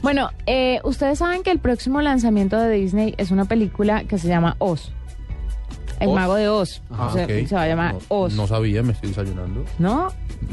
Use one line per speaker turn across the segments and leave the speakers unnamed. Bueno, eh, ustedes saben que el próximo lanzamiento de Disney es una película que se llama Oz. El
¿Oz?
mago de Oz.
Ah,
se,
ok.
se va a llamar
No-
Oz.
No sabía, me estoy desayunando.
¿No?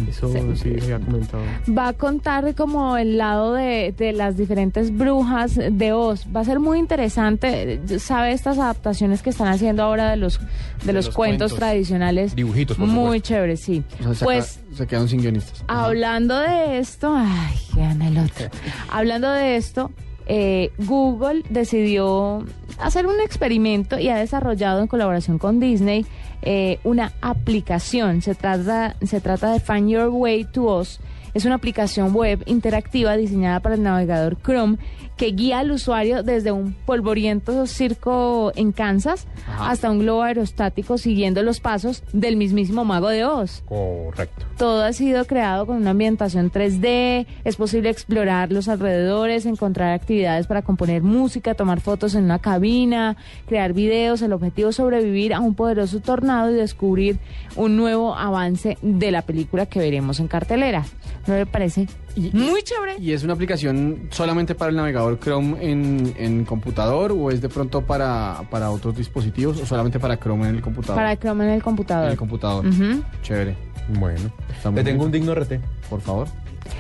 Eso sí, se había comentado.
Va a contar como el lado de, de las diferentes brujas de Oz. Va a ser muy interesante. Sabe estas adaptaciones que están haciendo ahora de los, de los,
los
cuentos,
cuentos.
tradicionales.
Dibujitos, por
Muy
supuesto.
chévere, sí.
O sea, se
pues
acaba- se quedaron sin guionistas. Ajá.
Hablando de esto, ay, gana el otro. Hablando de esto, eh, Google decidió hacer un experimento y ha desarrollado en colaboración con Disney eh, una aplicación. Se trata, se trata de Find Your Way to Us. Es una aplicación web interactiva diseñada para el navegador Chrome que guía al usuario desde un polvoriento circo en Kansas hasta un globo aerostático siguiendo los pasos del mismísimo mago de Oz.
Correcto.
Todo ha sido creado con una ambientación 3D, es posible explorar los alrededores, encontrar actividades para componer música, tomar fotos en una cabina, crear videos. El objetivo es sobrevivir a un poderoso tornado y descubrir un nuevo avance de la película que veremos en cartelera. ¿No le parece? Muy chévere.
¿Y es una aplicación solamente para el navegador Chrome en, en computador o es de pronto para, para otros dispositivos o solamente para Chrome en el computador?
Para Chrome en el
en
computador.
el computador.
Ujú.
Chévere.
Bueno.
Está muy
Te tengo un
bien.
digno RT.
Por favor.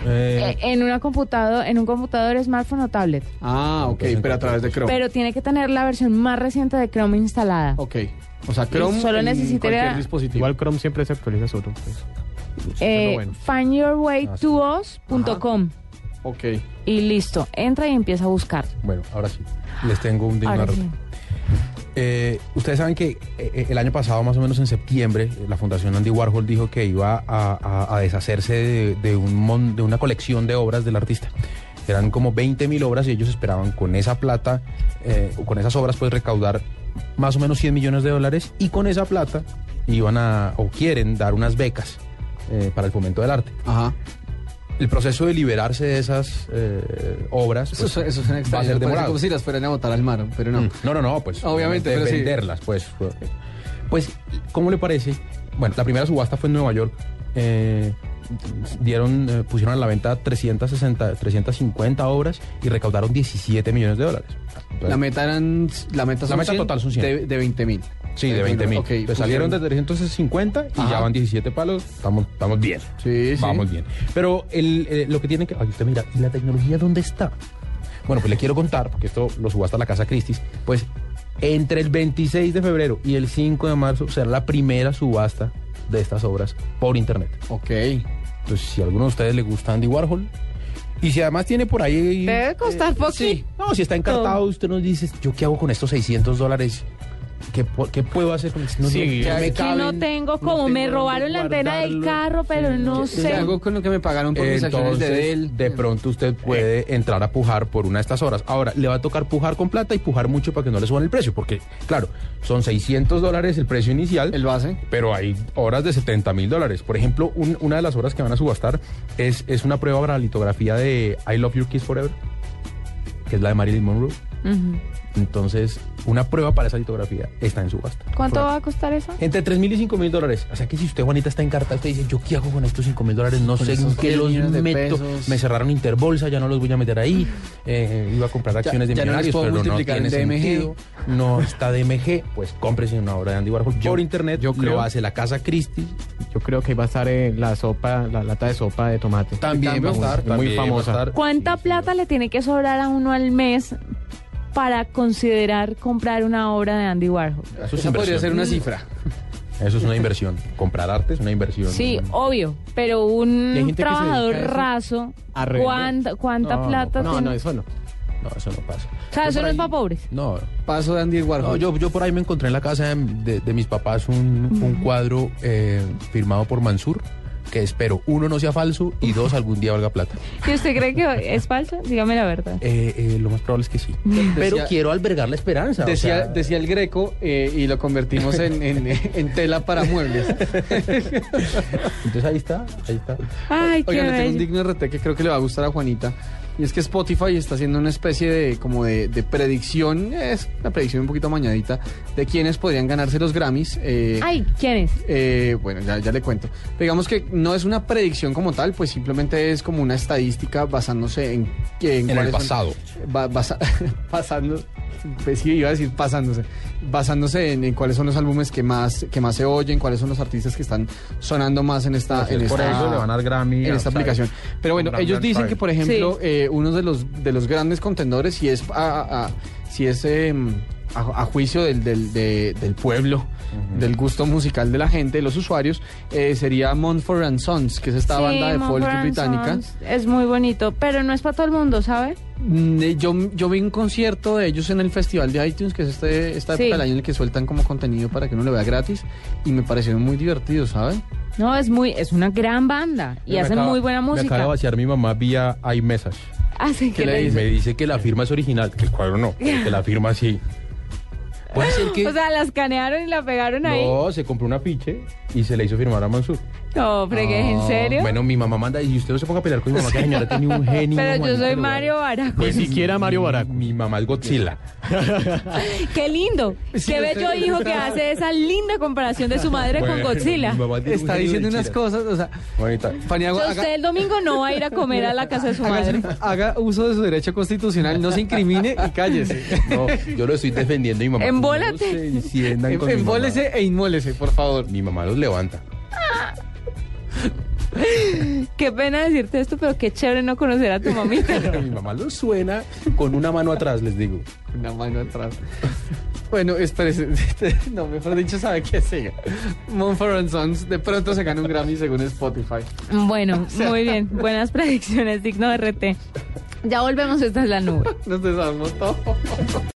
Eh,
Eh, En una computador, en un computador smartphone o tablet,
Ah, ok,
Entonces,
pero a través de Chrome.
pero tiene que tener la versión más reciente de Chrome instalada.
ok. O sea, Chrome
solo
en
necesitaría-
cualquier dispositivo.
Igual Chrome siempre se actualiza solo. pues.
Eh,
lo bueno.
findyourwaytoos.com
Ok.
y listo, entra y empieza a buscar.
bueno, ahora sí. Les tengo un digno
Ahora
RT.
sí.
Eh, ustedes saben que eh, el año pasado, más o menos en septiembre, la Fundación Andy Warhol dijo que iba a, a- a deshacerse de, de un mon- de una colección de obras del artista. Eran como 20 mil obras y ellos esperaban con esa plata, eh, o con esas obras, pues recaudar más o menos 100 millones de dólares y con esa plata iban a, o quieren dar unas becas eh, para el fomento del arte.
Ajá.
El proceso de liberarse de esas eh, obras
Eso,
pues,
su- eso suena
va a
extraño.
ser
parece
demorado.
como si las fueran a botar al mar, pero no.
Mm. No, no, no, pues.
Obviamente, pero sí.
venderlas, pues. Pues, ¿cómo le parece? Bueno, la primera subasta fue en Nueva York. Eh, dieron, eh, pusieron a la venta 360, 350 obras y recaudaron 17 millones de dólares. Entonces,
La meta eran. La meta, son
meta total son 100.
De, de 20 mil.
sí, de 20 mil.
Ok.
Entonces, salieron de
pusieron-
350 y ya
Ajá.
van 17 palos. Estamos, estamos bien.
Sí, sí.
Vamos bien. Pero el, eh, lo que tiene que. Ay, usted mira, ¿y la tecnología dónde está? Bueno, pues le quiero contar, porque esto lo subasta la Casa Christie's, pues entre el 26 de febrero y el 5 de marzo será la primera subasta de estas obras por internet.
Ok.
Entonces, pues, si a alguno de ustedes le gusta Andy Warhol, y si además tiene por ahí... eh,
Debe costar poquito.
Sí. No, si está encartado, usted nos dice, ¿yo qué hago con estos 600 dólares? ¿Qué, po- qué puedo hacer con estos?
Sí,
¿qué
me
hay?
Que no
caben,
tengo como
tengo
me
dónde
robaron la antena del
guardarlo.
carro, pero no
¿Qué
sé.
hago con lo que me pagaron por mis acciones
Entonces,
de Eh.
de,
Dell?
pronto usted puede entrar a pujar por una de estas horas. Ahora, le va a tocar pujar con plata y pujar mucho para que no le suban el precio, porque, claro, son 600 dólares el precio inicial,
El base.
pero hay horas de 70 mil dólares. Por ejemplo, un- una de las horas que van a subastar es, es una prueba para la litografía de I Love Your Kiss Forever, que es la de Marilyn Monroe.
Ujú.
Entonces, una prueba para esa litografía está en subasta.
¿Cuánto
Por-
va a costar eso?
entre 3 mil y 5 mil dólares. O sea que si usted, Juanita, está encartada, usted dice, ¿yo qué hago con estos 5 mil dólares? No
Con
sé en
esos
qué
10
los
millones de
meto.
pesos. Mm.
Me cerraron Interbolsa, ya no los voy a meter ahí. Eh, iba a comprar acciones de
ya no les
millonarios,
puedo
pero no
multiplicar
tiene
en DMG.
sentido. No está DMG, pues cómprese una obra de Andy Warhol
Yo-
por internet.
yo
lo
creo-
hace la Casa Christie.
Yo creo que va a estar eh, la sopa, la lata de sopa de tomate.
También va a estar.
muy
también va a
famosa.
estar.
¿Cuánta
Sí, sí,
plata le tiene que sobrar a uno al mes para considerar comprar una obra de Andy Warhol?
Eso es
Esa podría ser
inversión.
una cifra.
Eso es una inversión. Comprar arte es una inversión.
Sí,
Mm.
obvio, pero
Y hay
un
gente que se
trabajador
dedica a eso.
raso,
A revender.
¿cuánta, cuánta
No, no,
plata
No,
tiene?
no, eso no.
No, eso no pasa. Pues
o sea, eso no es para pobres.
No,
Paso de Andy Warhol.
No, yo, yo por ahí me encontré en la casa de, de- de mis papás un, un cuadro eh, firmado por Mansur que espero, uno, no sea falso y dos, algún día valga plata.
Si usted cree que es falso, dígame la verdad.
Eh, eh, lo más probable es que sí. Pero
Decía-
quiero albergar la esperanza. o
Decía,
sea,
decía el greco eh, y lo convertimos en, en- en tela para muebles.
Entonces ahí está, ahí está.
Ay, qué
Oigan, le tengo un
bello.
digno RT que creo que le va a gustar a Juanita. Y es que Spotify está haciendo una especie de como de, de predicción, es una predicción un poquito mañadita, de quiénes podrían ganarse los Grammys. eh,
Ay, ¿quién es?
eh, bueno, ya, ya le cuento. Digamos que no es una predicción como tal, pues simplemente es como una estadística basándose en... En,
el
cuáles son-
pasado.
ba- basa- pasando, pues sí, iba a decir pasándose, basándose en, en cuáles son los álbumes que más, que más se oyen, cuáles son los artistas que están sonando más en esta... en
Por
esta-
eso le van a dar Grammy.
en
a-
esta aplicación. Pero bueno,
Gran-
ellos
gran
dicen
Pride.
que, por ejemplo,
Sí.
eh, uno de los, de los grandes contendores, si es a, a- a- si es, em, a, a juicio del, del, de- del pueblo, del gusto musical de la gente, de los usuarios, eh, sería Montfort and Sons, que es esta
Sí,
banda de
Mumford
folk
and
británica.
Sons. Es muy bonito, pero no es para todo el mundo, ¿sabe?
Mm, eh, Yo, yo vi un concierto de ellos en el festival de iTunes, que es este, esta
Sí.
época del año en el que sueltan como contenido para que uno lo vea gratis, y me parecieron muy divertidos, ¿saben?
No, es muy, es una gran banda y
Me
hacen
acaba-
muy buena
Me acaba de
música.
vaciar mi mamá vía iMessage.
Así que
le
le-
dice?
Me dice que la firma es original, que el cuadro no, pero que la firma sí. Puede ser que...
O sea, la escanearon y la pegaron ahí.
no, se compró una piche y se la hizo firmar a Mansur.
No, fregué, ¿en serio?
Bueno, mi mamá manda y usted no se ponga a pelear con mi mamá, que la señora tiene un genio.
pero yo
Juanita
soy
Lugar.
Mario Baraco.
Pues
Ni siquiera Mario Baraco.
Mi mamá es Godzilla.
Qué lindo.
Sí,
Qué
usted-
bello hijo que hace esa linda comparación de su madre con
Bueno,
Godzilla.
mi mamá tiene un
Está
genio
diciendo
de
unas
chiras.
cosas, o sea,
Juanita,
Faniago,
Entonces,
haga-
usted el domingo no va a ir a comer a la casa de su madre.
Hágase- haga uso de su derecho constitucional, no se incrimine y cállese.
no, yo lo estoy defendiendo y mi mamá.
Embólate.
No se enciendan con mi mamá.
Embólese e inmólese, por favor.
Mi mamá los levanta.
Qué pena decirte esto, pero qué chévere no conocer a tu mamita.
Mi mamá los suena con una mano atrás, les digo.
Una mano atrás. Bueno, espérese. No, mejor dicho, sabe qué siga. Mumford and Sons de pronto se gana un Grammy según Spotify.
Bueno, muy bien. Buenas predicciones, digno de RT. Ya volvemos, esta es la nube.
Nos desarmó todo.